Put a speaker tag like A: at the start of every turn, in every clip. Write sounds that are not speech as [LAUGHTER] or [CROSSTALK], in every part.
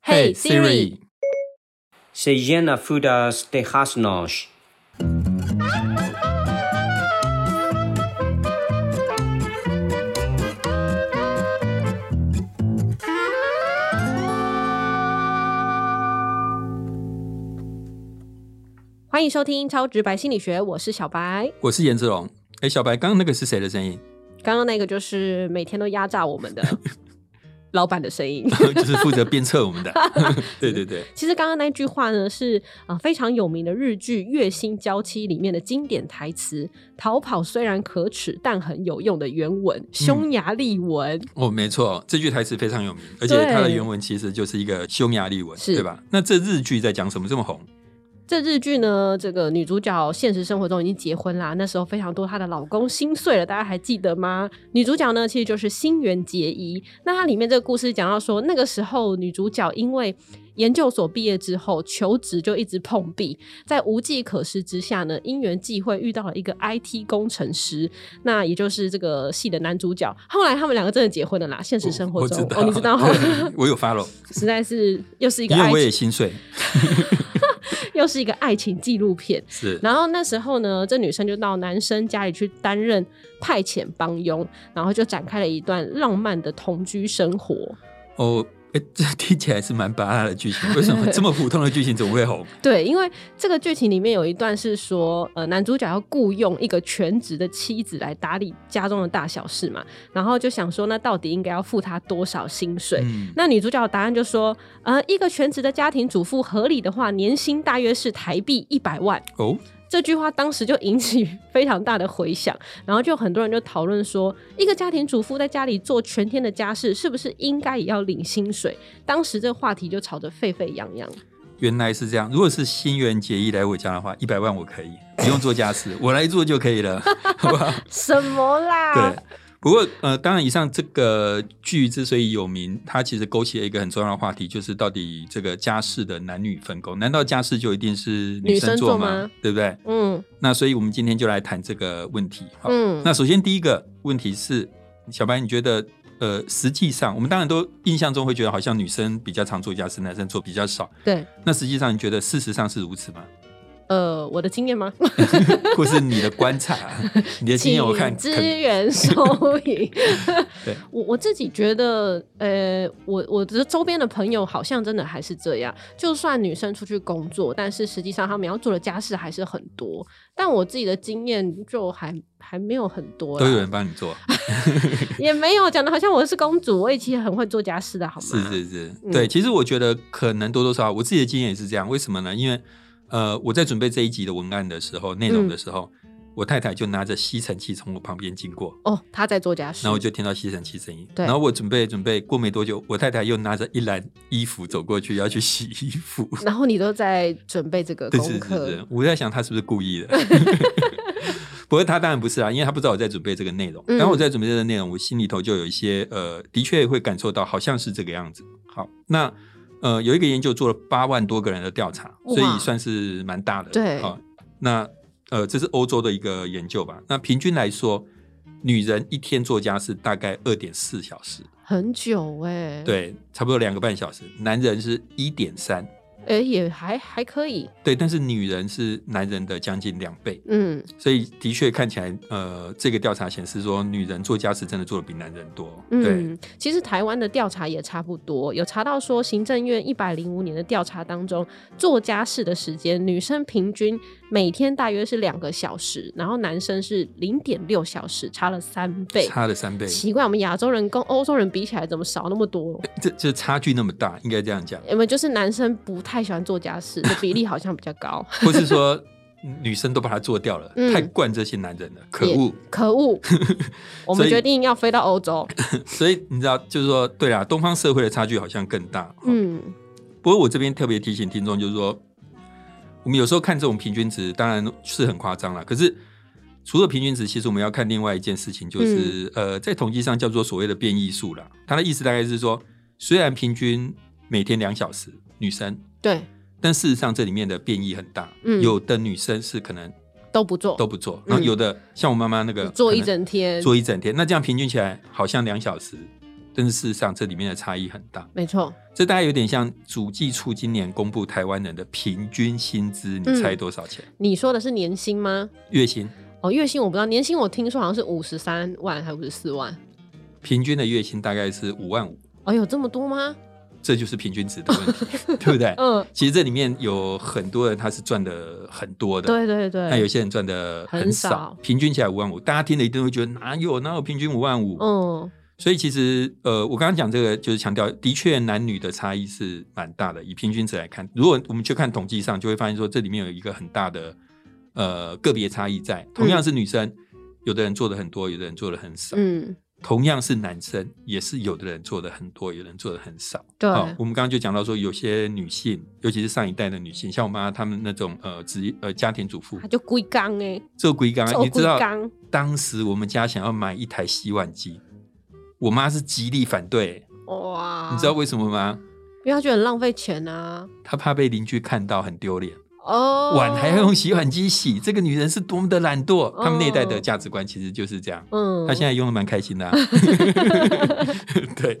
A: 嘿 Siri，
B: Sejena Fudas Tehasnosh。
A: 欢迎收听《超直白心理学》，我是小白。
C: 我是颜志龙。哎，小白，刚刚那个是谁的声音？ [LAUGHS]
A: 刚刚那个就是每天都压榨我们的老板的声音。 [LAUGHS]
C: 就是负责鞭策我们的。 [LAUGHS] 对对对，
A: 其实刚刚那句话呢，是呃非常有名的日剧《月薪娇妻》里面的经典台词：“逃跑虽然可耻，但很有用”的原文，匈牙利文。
C: 哦，没错，这句台词非常有名，而且它的
A: 对
C: 原文其实就是一个匈牙利文，
A: 是
C: 对吧？那这日剧在讲什么这么红？
A: 这日剧呢，这个女主角现实生活中已经结婚啦，那时候非常多她的老公心碎了，大家还记得吗？女主角呢，其实就是新垣结衣。那它里面这个故事讲到说，那个时候女主角因为研究所毕业之后求职就一直碰壁，在无计可施之下呢，因缘际会遇到了一个 IT 工程师，那也就是这个戏的男主角。后来他们两个真的结婚了啦，现实生活
C: 我
A: 中
C: 知道，
A: 哦，你 [LAUGHS] 知道，
C: [LAUGHS] 我有 follow，
A: 实在是又是一个
C: 因为
A: 爱
C: 我也
A: 情，
C: 心碎。
A: 又是一个爱情纪录片。
C: 是，
A: 然后那时候呢，这女生就到男生家里去担任派遣帮佣，然后就展开了一段浪漫的同居生活。
C: 哦，哎，这听起来是蛮巴拉的剧
A: [LAUGHS]
C: 情，为什么这么普通的剧情怎么会红？
A: 对，因为这个剧情里面有一段是说，呃，男主角要雇佣一个全职的妻子来打理家中的大小事嘛，然后就想说，那到底应该要付她多少薪水？
C: 嗯，
A: 那女主角的答案就说，呃，一个全职的家庭主妇合理的话，年薪大约是台币一百万。
C: 哦，
A: 这句话当时就引起非常大的回响，然后就很多人就讨论说，一个家庭主妇在家里做全天的家事，是不是应该也要领薪水？当时这个话题就吵得沸沸扬扬。
C: 原来是这样。如果是新垣结衣来我家的话，一百万我可以，不用做家事，我来做就可以了， [LAUGHS] 好吧？
A: 什么啦
C: [LAUGHS] 对？，不过呃，当然，以上这个剧之所以有名，它其实勾起了一个很重要的话题，就是到底这个家事的男女分工，难道家事就一定是女
A: 女
C: 生做
A: 生做吗
C: 对不对？
A: 嗯
C: 那所以我们今天就来谈这个问题。好，
A: 嗯，
C: 那首先第一个问题是，小白，你觉得呃，实际上我们当然都印象中会觉得好像女生比较常做家事，男生做比较少。
A: 对，
C: 那实际上你觉得事实上是如此吗？ [LAUGHS]
A: 呃，我的经验吗？
C: 或是你的观察，你的经验我看
A: 请
C: 可
A: 资源收银。
C: 对
A: [LAUGHS] 我我自己觉得，呃，我我的周边的朋友好像真的还是这样。就算女生出去工作，但是实际上她们要做的家事还是很多。但我自己的经验就还还没有很多啦，
C: 都有人帮你做。
A: 也没有讲的好像我是公主，我也其实很会做家事的，好吗？
C: 是是是，
A: 嗯
C: 对，其实我觉得可能多多少少，我自己的经验也是这样。为什么呢？因为呃，我在准备这一集的文案的时候，内
A: 嗯
C: 容的时候，我太太就拿着吸尘器从我旁边经过，
A: 哦，她在做家事，
C: 然后我就听到吸尘器声音。
A: 对
C: 然后我准备准备，过没多久，我太太又拿着一篮衣服走过去要去洗衣服。
A: 然后你都在准备这个
C: 对，
A: 功
C: 是是
A: 课，
C: 是，我在想她是不是故意的。
A: [LAUGHS]
C: 不过她当然不是啊，因为她不知道我在准备这个内容。
A: 嗯
C: 然后我在准备这个内容，我心里头就有一些呃，的确会感受到好像是这个样子。好，那呃，有一个研究做了八万多个人的调查，
A: 哇
C: 所以算是蛮大的。
A: 对
C: 好、那呃，这是欧洲的一个研究吧？那平均来说，女人一天做家事大概二点四小时，
A: 很久哎、，
C: 对，差不多两个半小时；男人是一点三，
A: 哎、也还还可以，
C: 对，但是女人是男人的将近两倍。
A: 嗯，
C: 所以的确看起来，呃，这个调查显示说，女人做家事真的做的比男人多。对，
A: 嗯，其实台湾的调查也差不多，有查到说，行政院一百零五年的调查当中，做家事的时间，女生平均每天大约是两个小时，然后男生是零点六小时，差了三倍。
C: 差了三倍，
A: 奇怪，我们亚洲人跟欧洲人比起来，怎么少那么
C: [LAUGHS]
A: 多？
C: 这这差距那么大，应该这
A: [LAUGHS]
C: 样讲，
A: 因为就是男生不太喜欢做家事的比例好像比较
C: [LAUGHS]
A: 高，
C: 或是说女生都把它做掉了，
A: 嗯
C: 太惯这些男人了，可
A: 也
C: 恶。
A: 可恶！我
C: 所
A: 们
C: 以
A: 决定要飞到欧洲。
C: 所以你知道，就是说，对啦，东方社会的差距好像更大。
A: 嗯，
C: 不过我这边特别提醒听众，就是说，我们有时候看这种平均值，当然是很夸张啦。可是除了平均值，其实我们要看另外一件事情，就是、
A: 嗯
C: 呃，在统计上叫做所谓的变异数啦。它的意思大概是说，虽然平均每天两小时女生，
A: 对，
C: 但事实上这里面的变异很大。
A: 嗯
C: 有的女生是可能
A: 都不做，
C: 都不做，然后
A: 嗯
C: 有的像我妈妈那个
A: 做一
C: 可能
A: 整天，
C: 做一整天，那这样平均起来好像两小时。但是事实上这里面的差异很大。
A: 没错，
C: 这大概有点像主计处今年公布台湾人的平均薪资，你
A: 嗯
C: 猜多少钱？
A: 你说的是年薪吗？
C: 月薪，
A: 哦，月薪我不知道，年薪我听说好像是五十三万还五十四万。
C: 平均的月薪大概是五万五，
A: 哦，有这么多吗？
C: 这就是平均值的
A: [LAUGHS]
C: 问题，对不对？
A: 嗯，
C: 其实这里面有很多人他是赚的很多的，
A: 嗯对对
C: 那有
A: 对，
C: 些人赚的
A: 很
C: 很少，
A: 少
C: 平均起来五万五，大家听了一定会觉得哪有哪有平均五万五？
A: 嗯，
C: 所以其实呃，我刚刚讲这个就是强调，的确男女的差异是蛮大的。以平均值来看，如果我们去看统计上，就会发现说这里面有一个很大的呃个别差异在。同样是女生，有的人做的很多，有的人做的很少；
A: 嗯，
C: 同样是男生，也是有的人做的很多，有的人做的很少。
A: 对，
C: 好，我们刚刚就讲到说，有些女性，尤其是上一代的女性，像我妈她们那种呃职业呃家庭主妇
A: 他，就龟缸哎，
C: 做龟缸，
A: 做
C: 你知道
A: 龟缸
C: 当时我们家想要买一台洗碗机，我妈是极力反对，
A: 哇，
C: 你知道，为什么吗？
A: 因为他觉得很浪费钱啊。
C: 她怕被邻居看到很丢脸，
A: 哦，
C: 碗还要用洗碗机洗，这个女人是多么的懒惰。他们那一代
A: 哦
C: 的价值观其实就是这样。
A: 嗯，
C: 她现在用的蛮开心的、
A: [LAUGHS]
C: 啊， [LAUGHS] 对。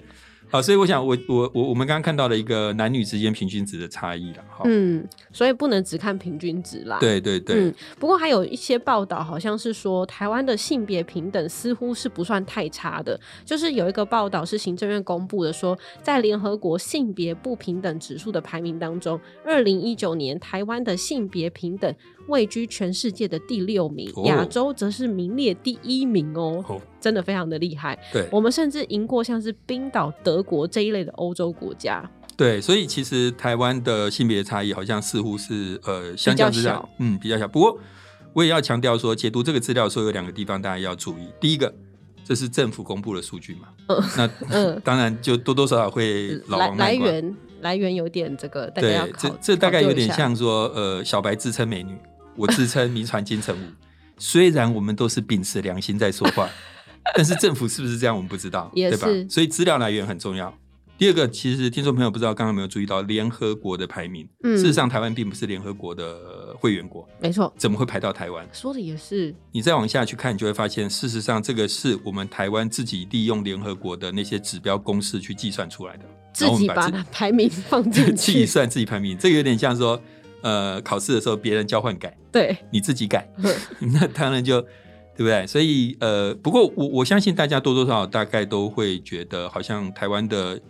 C: 好，所以我想我，我我我们刚刚看到了一个男女之间平均值的差异了，哈、
A: 嗯，所以不能只看平均值啦。。
C: 对对对，
A: 嗯，不过还有一些报道，好像是说台湾的性别平等似乎是不算太差的。就是有一个报道是行政院公布的说，在联合国性别不平等指数的排名当中，二零一九年台湾的性别平等位居全世界的第六名，
C: 哦
A: 亚洲则是名列第一名哦，
C: 哦
A: 真的非常的厉害。
C: 对
A: 我们甚至赢过像是冰岛、德国这一类的欧洲国家。
C: 对，所以其实台湾的性别差异好像似乎是呃，相较之
A: 比较
C: 下
A: 小，
C: 嗯，比较小。不过我也要强调说，解读这个资料的时候，有两个地方大家要注意。第一个，这是政府公布的数据嘛，那、
A: 嗯
C: 当然就多多少少会老
A: 来
C: 王
A: 来
C: 卖瓜。
A: 源来源有点这个，大家要
C: 对，
A: 考
C: 这这大概
A: 考究
C: 有
A: 一
C: 点
A: 下
C: 像说，呃，小白自称美女，我自称名传金城武。虽然我们都是秉持良心在说话， [LAUGHS] 但是政府是不是这样，我们不知道，
A: 也
C: 对吧
A: 是？
C: 所以资料来源很重要。第二个，其实听众朋友不知道刚刚有没有注意到联合国的排名，
A: 嗯
C: 事实上台湾并不是联合国的会员国，
A: 没错，
C: 怎么会排到台湾？
A: 说的也是，
C: 你再往下去看，你就会发现，事实上这个是我们台湾自己利用联合国的那些指标公式去计算出来的，
A: 自
C: 然后我
A: 己
C: 们把
A: 把
C: 自
A: 它排
C: [LAUGHS]
A: 名放进
C: 计
A: 去，
C: 算自己排名，这个有点像说，呃，考试的时候别人交换改， [LAUGHS]
A: 对，
C: 你自己改，那当然就对不对？所以呃，不过我我相信大家多多少少大概都会觉得，好像台湾的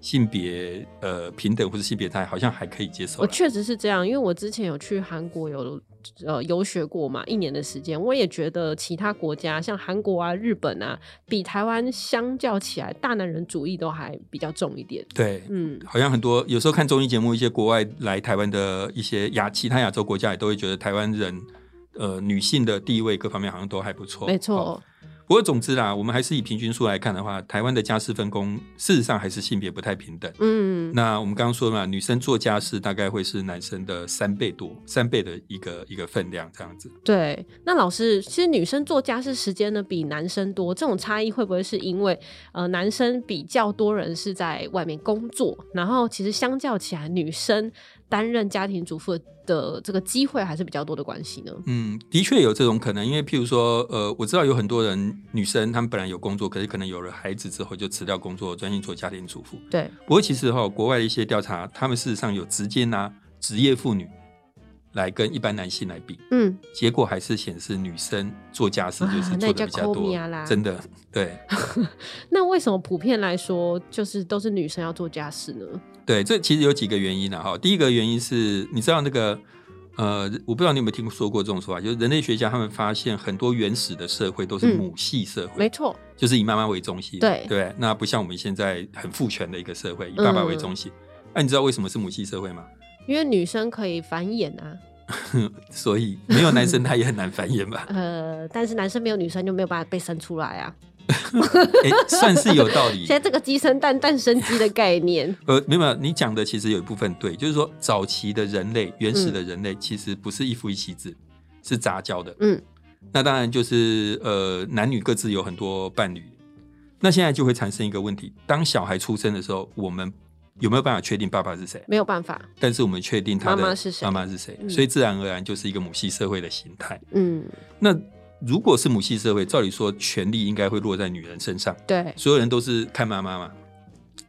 C: 性别呃平等或者性别差异好像还可以接受
A: 我
C: 啦。
A: 确实是这样，因为我之前有去韩国有呃游学过嘛，一年的时间，我也觉得其他国家像韩国啊、日本啊，比台湾相较起来，大男人主义都还比较重一点。
C: 对，
A: 嗯，
C: 好像很多有时候看综艺节目，一些国外来台湾的一些亚其他亚洲国家也都会觉得台湾人呃女性的地位各方面好像都还不错。
A: 没
C: 哦
A: 错，
C: 不过总之啦，我们还是以平均数来看的话，台湾的家事分工事实上还是性别不太平等。
A: 嗯，
C: 那我们刚刚说了嘛，女生做家事大概会是男生的三倍多，三倍的一个一个分量这样子。
A: 对。那老师，其实女生做家事时间呢比男生多，这种差异会不会是因为呃男生比较多人是在外面工作，然后其实相较起来，女生担任家庭主妇的这个机会还是比较多的关系呢？
C: 嗯，的确有这种可能，因为譬如说，呃，我知道有很多人女生她们本来有工作，可是可能有了孩子之后就辞掉工作，专心做家庭主妇。
A: 对，
C: 不过其实哈、国外的一些调查，他们事实上有直接拿职业妇女来跟一般男性来比，
A: 嗯，
C: 结果还是显示女生做家事
A: 啊
C: 就是
A: 那
C: 做
A: 也
C: 的
A: 叫
C: 比较
A: 抠
C: 多，
A: 米啊啦
C: 真的对。
A: 那为什么普遍来说，就是都是女生要做家事呢？
C: 对，这其实有几个原因呢、哈。第一个原因是，你知道那个呃，我不知道你有没有听说过这种说法，就是人类学家他们发现很多原始的社会都是
A: 嗯
C: 母系社会，
A: 没错，
C: 就是以妈妈为中心，
A: 对嗯
C: 对不对，那不像我们现在很父权的一个社会，以爸爸为中心。那、你知道为什么是母系社会吗？
A: 因为女生可以繁衍啊，？
C: 所以没有男生他也很难繁衍吧 [LAUGHS]
A: 呃，但是男生没有女生就没有办法被生出来啊。
C: 哎，算是有道理
A: [LAUGHS] 现。在这个鸡生蛋，蛋生鸡的概念，
C: 呃，没有，没有，你讲的其实有一部分对，就是说早期的人类，原始
A: 嗯
C: 的人类其实不是一夫一妻制，是杂交的。
A: 嗯，
C: 那当然就是呃，男女各自有很多伴侣。那现在就会产生一个问题：当小孩出生的时候，我们有没有办法确定爸爸是谁？
A: [LAUGHS] 没有办法。
C: 但是我们确定他的
A: 妈妈是谁
C: 妈妈是谁
A: 嗯
C: 所以自然而然就是一个母系社会的形态。
A: 嗯，
C: 那如果是母系社会，照理说权力应该会落在女人身上，
A: 对，
C: 所有人都是看妈妈嘛。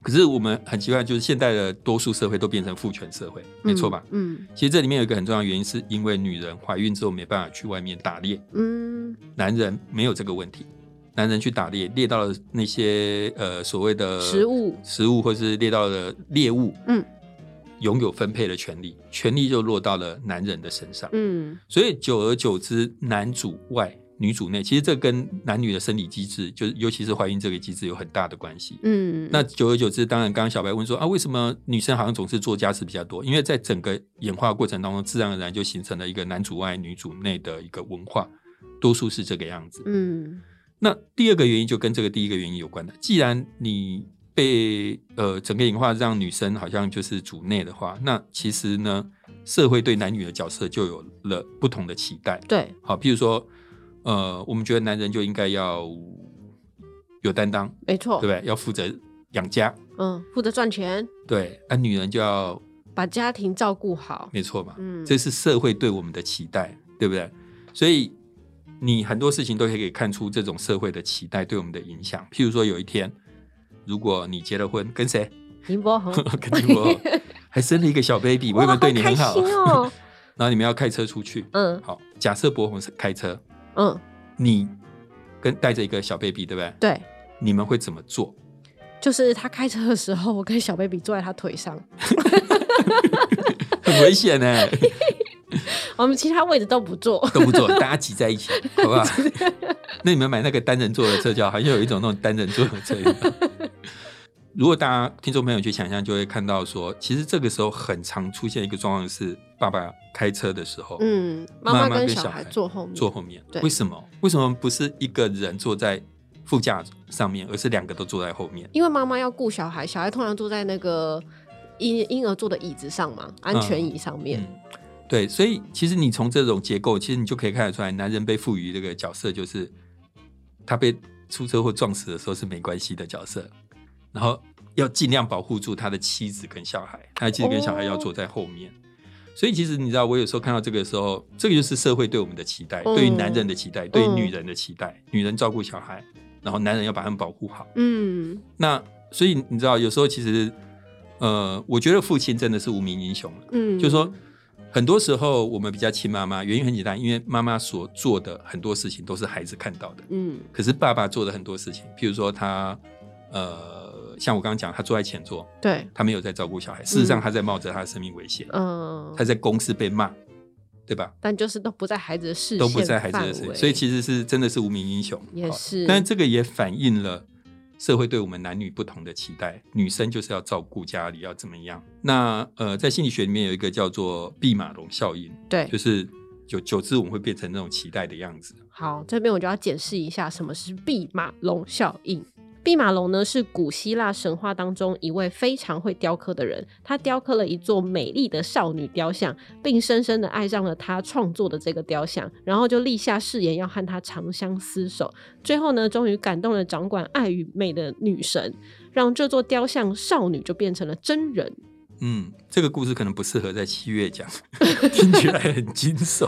C: 可是我们很奇怪，就是现代的多数社会都变成父权社会，没错吧？
A: 嗯
C: 其实这里面有一个很重要的原因，是因为女人怀孕之后没办法去外面打猎，
A: 嗯
C: 男人没有这个问题。男人去打猎，猎到了那些呃所谓的
A: 嗯，食、物，
C: 食物或是猎到了猎物，
A: 嗯，
C: 拥有分配的权利，权利就落到了男人的身上。
A: 嗯
C: 所以久而久之，男主外女主内，其实这跟男女的生理机制，就是尤其是怀孕这个机制有很大的关系。
A: 嗯，
C: 那久而久之，当然，刚刚小白问说啊，为什么女生好像总是做家事比较多？因为在整个演化过程当中，自然而然就形成了一个男主外女主内的一个文化，多数是这个样子。
A: 嗯
C: 那第二个原因就跟这个第一个原因有关的。既然你被呃整个演化让女生好像就是主内的话，那其实呢，社会对男女的角色就有了不同的期待。
A: 对，
C: 好，譬如说，呃，我们觉得男人就应该要有担当，
A: 没错
C: 对不，对？要负责养家，
A: 嗯，负责赚钱，
C: 对，那、女人就要
A: 把家庭照顾好，
C: 没错嘛，
A: 嗯，
C: 这是社会对我们的期待，对不对？所以你很多事情都可以看出这种社会的期待对我们的影响。譬如说，有一天如果你结了婚，跟谁？
A: 林柏宏
C: [LAUGHS] 跟金伯侯，还生了一个小 baby，我有没有对你很好？
A: 开心哦，
C: [LAUGHS] 然后你们要开车出去，
A: 嗯
C: 好，假设博宏是开车，
A: 嗯，
C: 你跟带着一个小 baby，对不对？
A: 对，
C: 你们会怎么做？
A: 就是他开车的时候，我跟小 baby 坐在他腿上，
C: 很危险欸呢、
A: 我们其他位置都不坐，
C: 都不做，大家挤在一起， [LAUGHS] 好不好？那你们买那个单人座的车就好，好像有一种那种单人座的车一样。 [LAUGHS] 如果大家听众朋友去想象，就会看到说，其实这个时候很常出现一个状况是，爸爸开车的时候，
A: 嗯，妈
C: 妈
A: 跟
C: 跟
A: 小
C: 孩
A: 坐后面，
C: 坐后面
A: 对，
C: 为什么？为什么不是一个人坐在副驾上面，而是两个都坐在后面？
A: 因为妈妈要顾小孩，小孩通常坐在那个婴婴儿坐的椅子上嘛，安全椅上面。
C: 嗯，对，所以其实你从这种结构，其实你就可以看得出来，男人被赋予这个角色，就是他被出车祸撞死的时候是没关系的角色，然后要尽量保护住他的妻子跟小孩，他的妻子跟小孩要
A: 哦
C: 坐在后面。所以其实你知道，我有时候看到这个时候，这个就是社会对我们的期待，
A: 嗯
C: 对于男人的期待，对于女人的期待，女人照顾小孩，然后男人要把他们保护好。
A: 嗯
C: 那所以你知道，有时候其实，呃，我觉得父亲真的是无名英雄了。
A: 嗯，
C: 就是说，很多时候我们比较亲妈妈，原因很简单，因为妈妈所做的很多事情都是孩子看到的。
A: 嗯
C: 可是爸爸做的很多事情，譬如说他，呃，像我刚刚讲，他坐在前座，
A: 对，
C: 他没有在照顾小孩，事
A: 嗯
C: 实上他在冒着他的生命危险，
A: 嗯、
C: 他在公司被骂，对吧？
A: 但就是都不在孩子的视线
C: 都不在孩子的身
A: 范
C: 上，
A: 围
C: 所以其实是真的是无名英雄。
A: 也
C: 好
A: 是
C: 但这个也反映了社会对我们男女不同的期待。女生就是要照顾家里，要怎么样？那呃，在心理学里面有一个叫做毕马龙效应，
A: 对
C: 就。是久久之我们会变成那种期待的样子。
A: 好，这边我就要解释一下什么是毕马龙效应。毕马龙呢是古希腊神话当中一位非常会雕刻的人，他雕刻了一座美丽的少女雕像，并深深的爱上了他创作的这个雕像，然后就立下誓言要和他长相厮守。最后呢，终于感动了掌管爱与美的女神，让这座雕像少女就变成了真人。
C: 嗯，这个故事可能不适合在七月讲， [LAUGHS] 听起来很惊悚。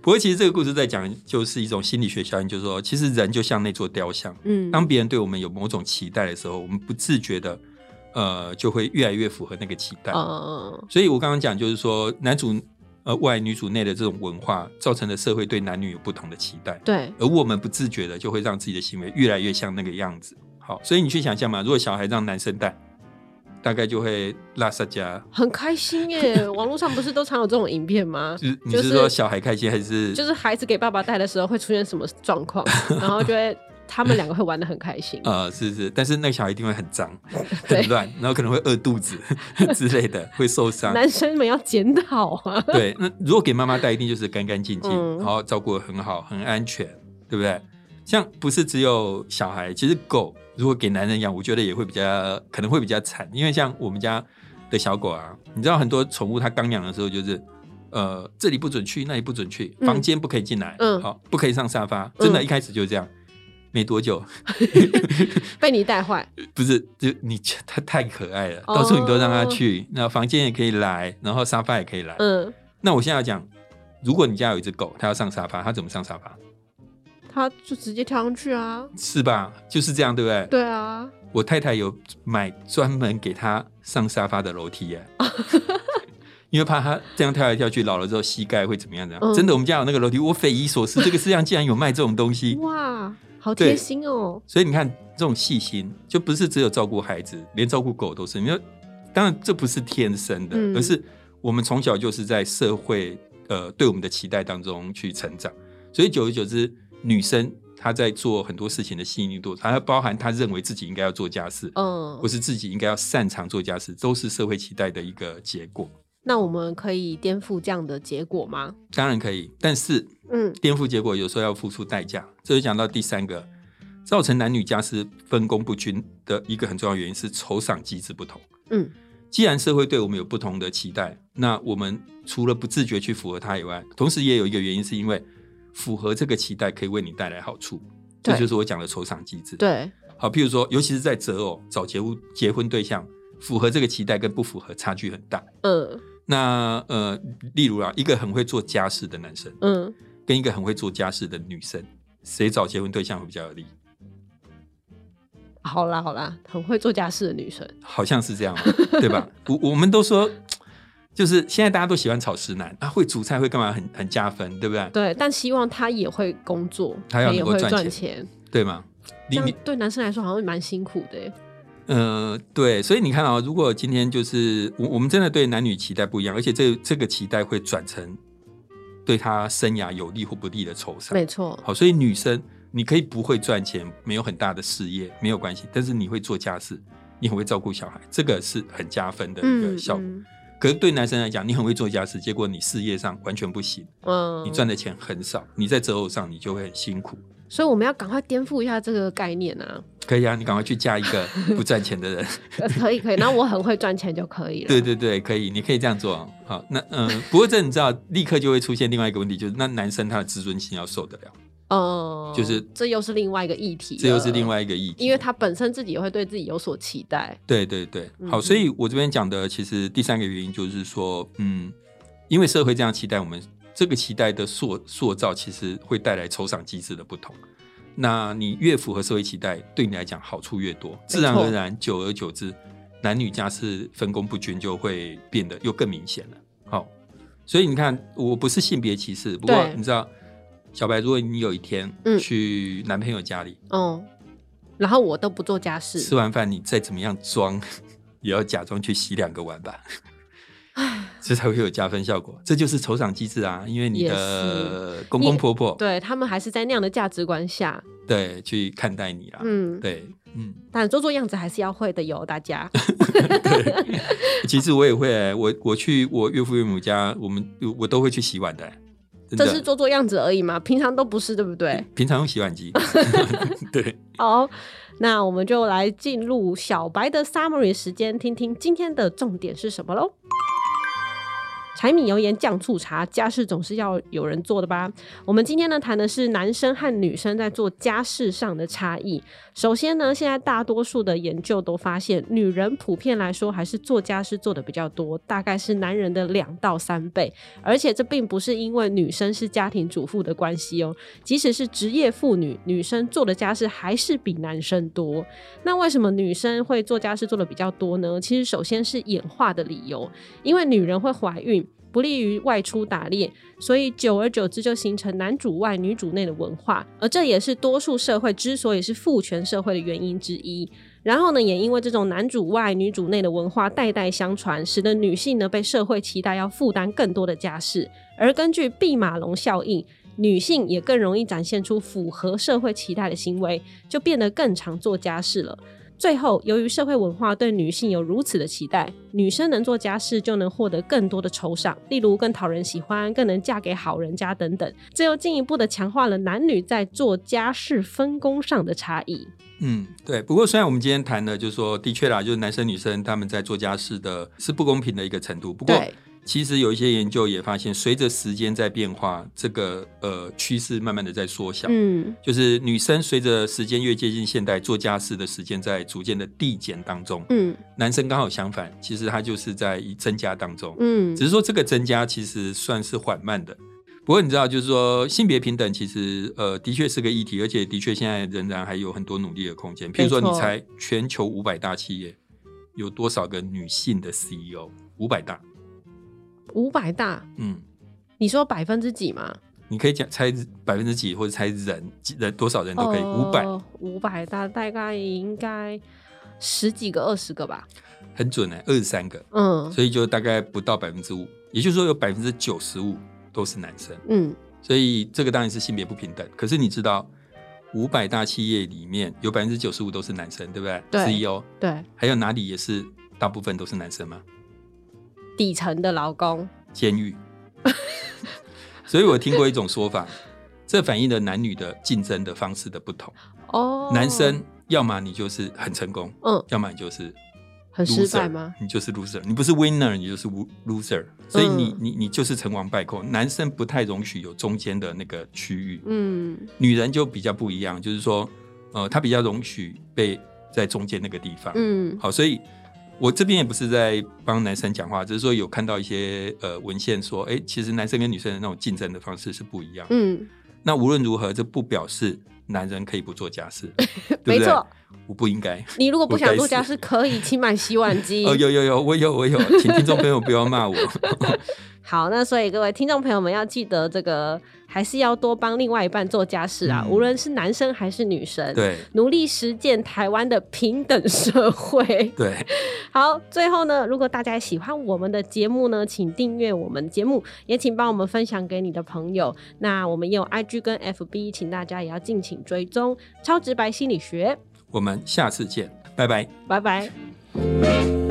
C: 不过其实这个故事在讲就是一种心理学效应，就是说，其实人就像那座雕像，
A: 嗯
C: 当别人对我们有某种期待的时候，我们不自觉的，呃，就会越来越符合那个期待。
A: 呃，
C: 所以我刚刚讲就是说，男主呃外女主内的这种文化，造成了社会对男女有不同的期待，
A: 对，
C: 而我们不自觉的就会让自己的行为越来越像那个样子。好，所以你去想象嘛，如果小孩让男生带，大概就会拉萨加。
A: 很开心
C: [LAUGHS]
A: 耶！网络上不是都常有这种影片吗？
C: 就是你
A: 就是
C: 是说小孩开心还是？
A: 就是孩子给爸爸带的时候会出现什么状
C: [LAUGHS]
A: 况，然后就会他们两个会玩的很开心。
C: 呃，是是，但是那个小孩一定会很
A: [LAUGHS]
C: 脏、
A: 对
C: 很乱，然后可能会饿肚子 [LAUGHS] 之类的，会受伤。
A: 男生们要检讨
C: [LAUGHS]
A: [LAUGHS] 啊，
C: 对，那如果给妈妈带，一定就是干干净净，
A: 嗯
C: 然后照顾得很好，很安全，对不对？像不是只有小孩，其实狗如果给男人养，我觉得也会比较可能会比较惨，因为像我们家的小狗啊，你知道很多宠物它刚养的时候就是，呃，这里不准去，那里不准去，
A: 嗯
C: 房间不可以进来，
A: 嗯
C: 好、不可以上沙发，真的，
A: 嗯
C: 一开始就这样。没多久，
A: 被你带坏。
C: [LAUGHS] 不是，就你 [LAUGHS] 它太可爱了，到处你都让它
A: 哦
C: 去，那房间也可以来，然后沙发也可以来，
A: 嗯，
C: 那我现在要讲，如果你家有一只狗，它要上沙发，它怎么上沙发？
A: 他就直接跳上去啊。
C: 是吧？就是这样，对不对？
A: 对啊，
C: 我太太有买专门给她上沙发的楼梯耶、因为怕她这样跳来跳去，老了之后膝盖会怎么样？怎样？
A: 嗯
C: 真的，我们家有那个楼梯，我匪夷所思，这个世界上竟然有卖这种东西。
A: 哇，好
C: 对
A: 贴心哦。
C: 所以你看，这种细心就不是只有照顾孩子，连照顾狗都是。因为当然这不是天生的，
A: 嗯
C: 而是我们从小就是在社会呃对我们的期待当中去成长，所以久而久之，女生她在做很多事情的细腻度，还要包含她认为自己应该要做家事，
A: 嗯
C: 或，是自己应该要擅长做家事，都是社会期待的一个结果。
A: 那我们可以颠覆这样的结果吗？
C: 当然可以，但是
A: 嗯
C: 颠覆结果有时候要付出代价。这就讲到第三个，造成男女家事分工不均的一个很重要原因是酬赏机制不同。
A: 嗯
C: 既然社会对我们有不同的期待，那我们除了不自觉去符合它以外，同时也有一个原因是因为符合这个期待可以为你带来好处，
A: 对
C: 这就是我讲的酬赏机制。，
A: 对，
C: 好，譬如说，尤其是在择偶找结婚结婚对象，符合这个期待跟不符合差距很大。
A: 嗯
C: 那呃，例如啊，一个很会做家事的男生，
A: 嗯，
C: 跟一个很会做家事的女生，谁找结婚对象会比较有利？
A: 好啦好啦，很会做家事的女生，
C: 好像是这样嘛，对吧？我我们都说，就是现在大家都喜欢炒食男啊，会煮菜会干嘛很很加分，对不对？
A: 对，但希望她也会工作，
C: 她要能
A: 也
C: 够
A: 会
C: 赚
A: 赚
C: 钱
A: 钱，
C: 对吗？
A: 这
C: 你
A: 样
C: 你
A: 对男生来说好像蛮辛苦的耶。
C: 呃，对，所以你看啊、如果今天就是我我们真的对男女期待不一样，而且这这个期待会转成对他生涯有利或不利的酬赏
A: 没。错，
C: 好，所以女生你可以不会赚钱，没有很大的事业没有关系，但是你会做家事，你很会照顾小孩，这个是很加分的一个
A: 嗯
C: 效果。
A: 嗯
C: 可是对男生来讲，你很会做家事，结果你事业上完全不行，
A: 嗯嗯
C: 你赚的钱很少，你在择偶上你就会很辛苦。
A: 所以我们要赶快颠覆一下这个概念
C: [LAUGHS]
A: 啊！
C: 可以啊，你赶快去嫁一个不赚钱
A: [LAUGHS]
C: 的人。
A: 呃可以可以，那我很会赚钱就可以了。
C: 对对对，可以，你可以这样做。好，那嗯、呃不过这你知道，立刻就会出现另外一个问题，就是那男生他的自尊心要受得了，
A: 嗯，
C: 就是
A: 这又是另外一个议题，
C: 这又是另，外一个议题。
A: 因为他本身自己也会对自己有所期待。
C: 对对对，
A: 嗯
C: 好，所以我这边讲的其实第三个原因就是说，嗯，因为社会这样期待我们，这个期待的塑塑造其实会带来酬赏机制的不同。那你越符合社会期待，对你来讲好处越多，自然而然，久而久之，男女家事分工不均就会变得又更明显了。好，所以你看，我不是性别歧视，不过
A: 对
C: 你知道，小白，如果你有一天
A: 嗯
C: 去男朋友家里、
A: 嗯，然后我都不做家事，
C: 吃完饭你再怎么样装，也要假装去洗两个碗吧，这才会有加分效果。这就是酬赏机制啊，因为你
A: 也
C: 的
A: 是
C: 公公婆婆
A: 对他们还是在那样的价值观下，
C: 对去看待你啦，
A: 嗯，
C: 啊对，嗯，
A: 但做做样子还是要会的哟，大家。
C: 其实我也会、我我去我岳父岳母家，我们我都会去洗碗的、真
A: 这
C: 的
A: 是做做样子而已嘛，平常都不是，对不对？
C: 平常用洗碗
A: [LAUGHS]
C: 机，对，
A: 好，那我们就来进入小白的 summary 时间，听听今天的重点是什么喽。柴米油盐酱醋茶，家事总是要有人做的吧？我们今天呢谈的是男生和女生在做家事上的差异。首先呢，现在大多数的研究都发现，女人普遍来说还是做家事做的比较多，大概是男人的两到三倍。而且这并不是因为女生是家庭主妇的关系哦，即使是职业妇女，女生做的家事还是比男生多。那为什么女生会做家事做的比较多呢？其实首先是演化的理由，因为女人会怀孕。不利于外出打猎，所以久而久之就形成男主外女主内的文化，而这也是多数社会之所以是父权社会的原因之一。然后呢，也因为这种男主外女主内的文化代代相传，使得女性呢被社会期待要负担更多的家事，而根据毕马龙效应，女性也更容易展现出符合社会期待的行为，就变得更常做家事了。最后，由于社会文化对女性有如此的期待，女生能做家事就能获得更多的酬赏，例如更讨人喜欢、更能嫁给好人家等等。这又进一步的强化了男女在做家事分工上的差异。
C: 嗯，对。不过虽然我们今天谈的，就是说，的确啦，就是男生女生他们在做家事的是不公平的一个程度。不过
A: 对，
C: 其实有一些研究也发现，随着时间在变化，这个呃趋势慢慢的在缩小。
A: 嗯，
C: 就是女生随着时间越接近现代，做家事的时间在逐渐的递减当中，
A: 嗯
C: 男生刚好相反，其实他就是在增加当中。
A: 嗯
C: 只是说这个增加其实算是缓慢的。不过你知道，就是说性别平等其实呃的确是个议题，而且的确现在仍然还有很多努力的空间。譬如说，
A: 没
C: 你
A: 错
C: 猜全球五百大企业有多少个女性的 CEO？五百大，
A: 五百大，
C: 嗯，
A: 你说百分之几嘛？
C: 你可以讲猜百分之几，或者猜人几人多少人都可以，
A: 哦
C: 五百、
A: 五百大大概应该十几个、二十个吧。
C: 很准哎、二十三个，
A: 嗯
C: 所以就大概不到百分之五，也就是说有百分之九十五都是男生。
A: 嗯，
C: 所以这个当然是性别不平等。可是你知道，五百大企业里面有百分之九十五都是男生，对不对
A: 对
C: c e o
A: 对，
C: 还有哪里也是大部分都是男生吗？
A: 底层的劳工，[LAUGHS]
C: 监狱。所以我听过一种说法，这反映了男女的竞争的方式的不同。
A: 哦，
C: 男生要么你就是很成功，
A: 嗯
C: 要么你就是
A: 很
C: loser,
A: 失败吗？
C: 你就是 loser，你不是 winner，你就是 wo- loser。所以你
A: 嗯
C: 你你就是成王败寇。男生不太容许有中间的那个区域。
A: 嗯
C: 女人就比较不一样，就是说，呃，她比较容许被在中间那个地方。，
A: 嗯
C: 好，所以我这边也不是在帮男生讲话，只是说有看到一些呃文献说，哎、其实男生跟女生的那种竞争的方式是不一样。，
A: 嗯，
C: 那无论如何，这不表示男人可以不做家事，对不对？
A: 没错，
C: 我不应该。
A: 你如果不
C: 我
A: 想
C: 该
A: 做家
C: 死
A: 事，可以请买洗碗机。
C: [LAUGHS] 哦，有有有，我有我有，请听众朋友不要骂我。 [LAUGHS]
A: 好，那所以各位听众朋友们要记得，这个还是要多帮另外一半做家事啊，
C: 嗯
A: 无论是男生还是女生，，
C: 对
A: 努力实践台湾的平等社会。
C: 对，
A: 好，最后呢，如果大家喜欢我们的节目呢，请订阅我们的节目，也请帮我们分享给你的朋友。那我们也有 IG 跟 FB，请大家也要敬请追踪超直白心理学。
C: 我们下次见，拜拜。
A: 拜拜。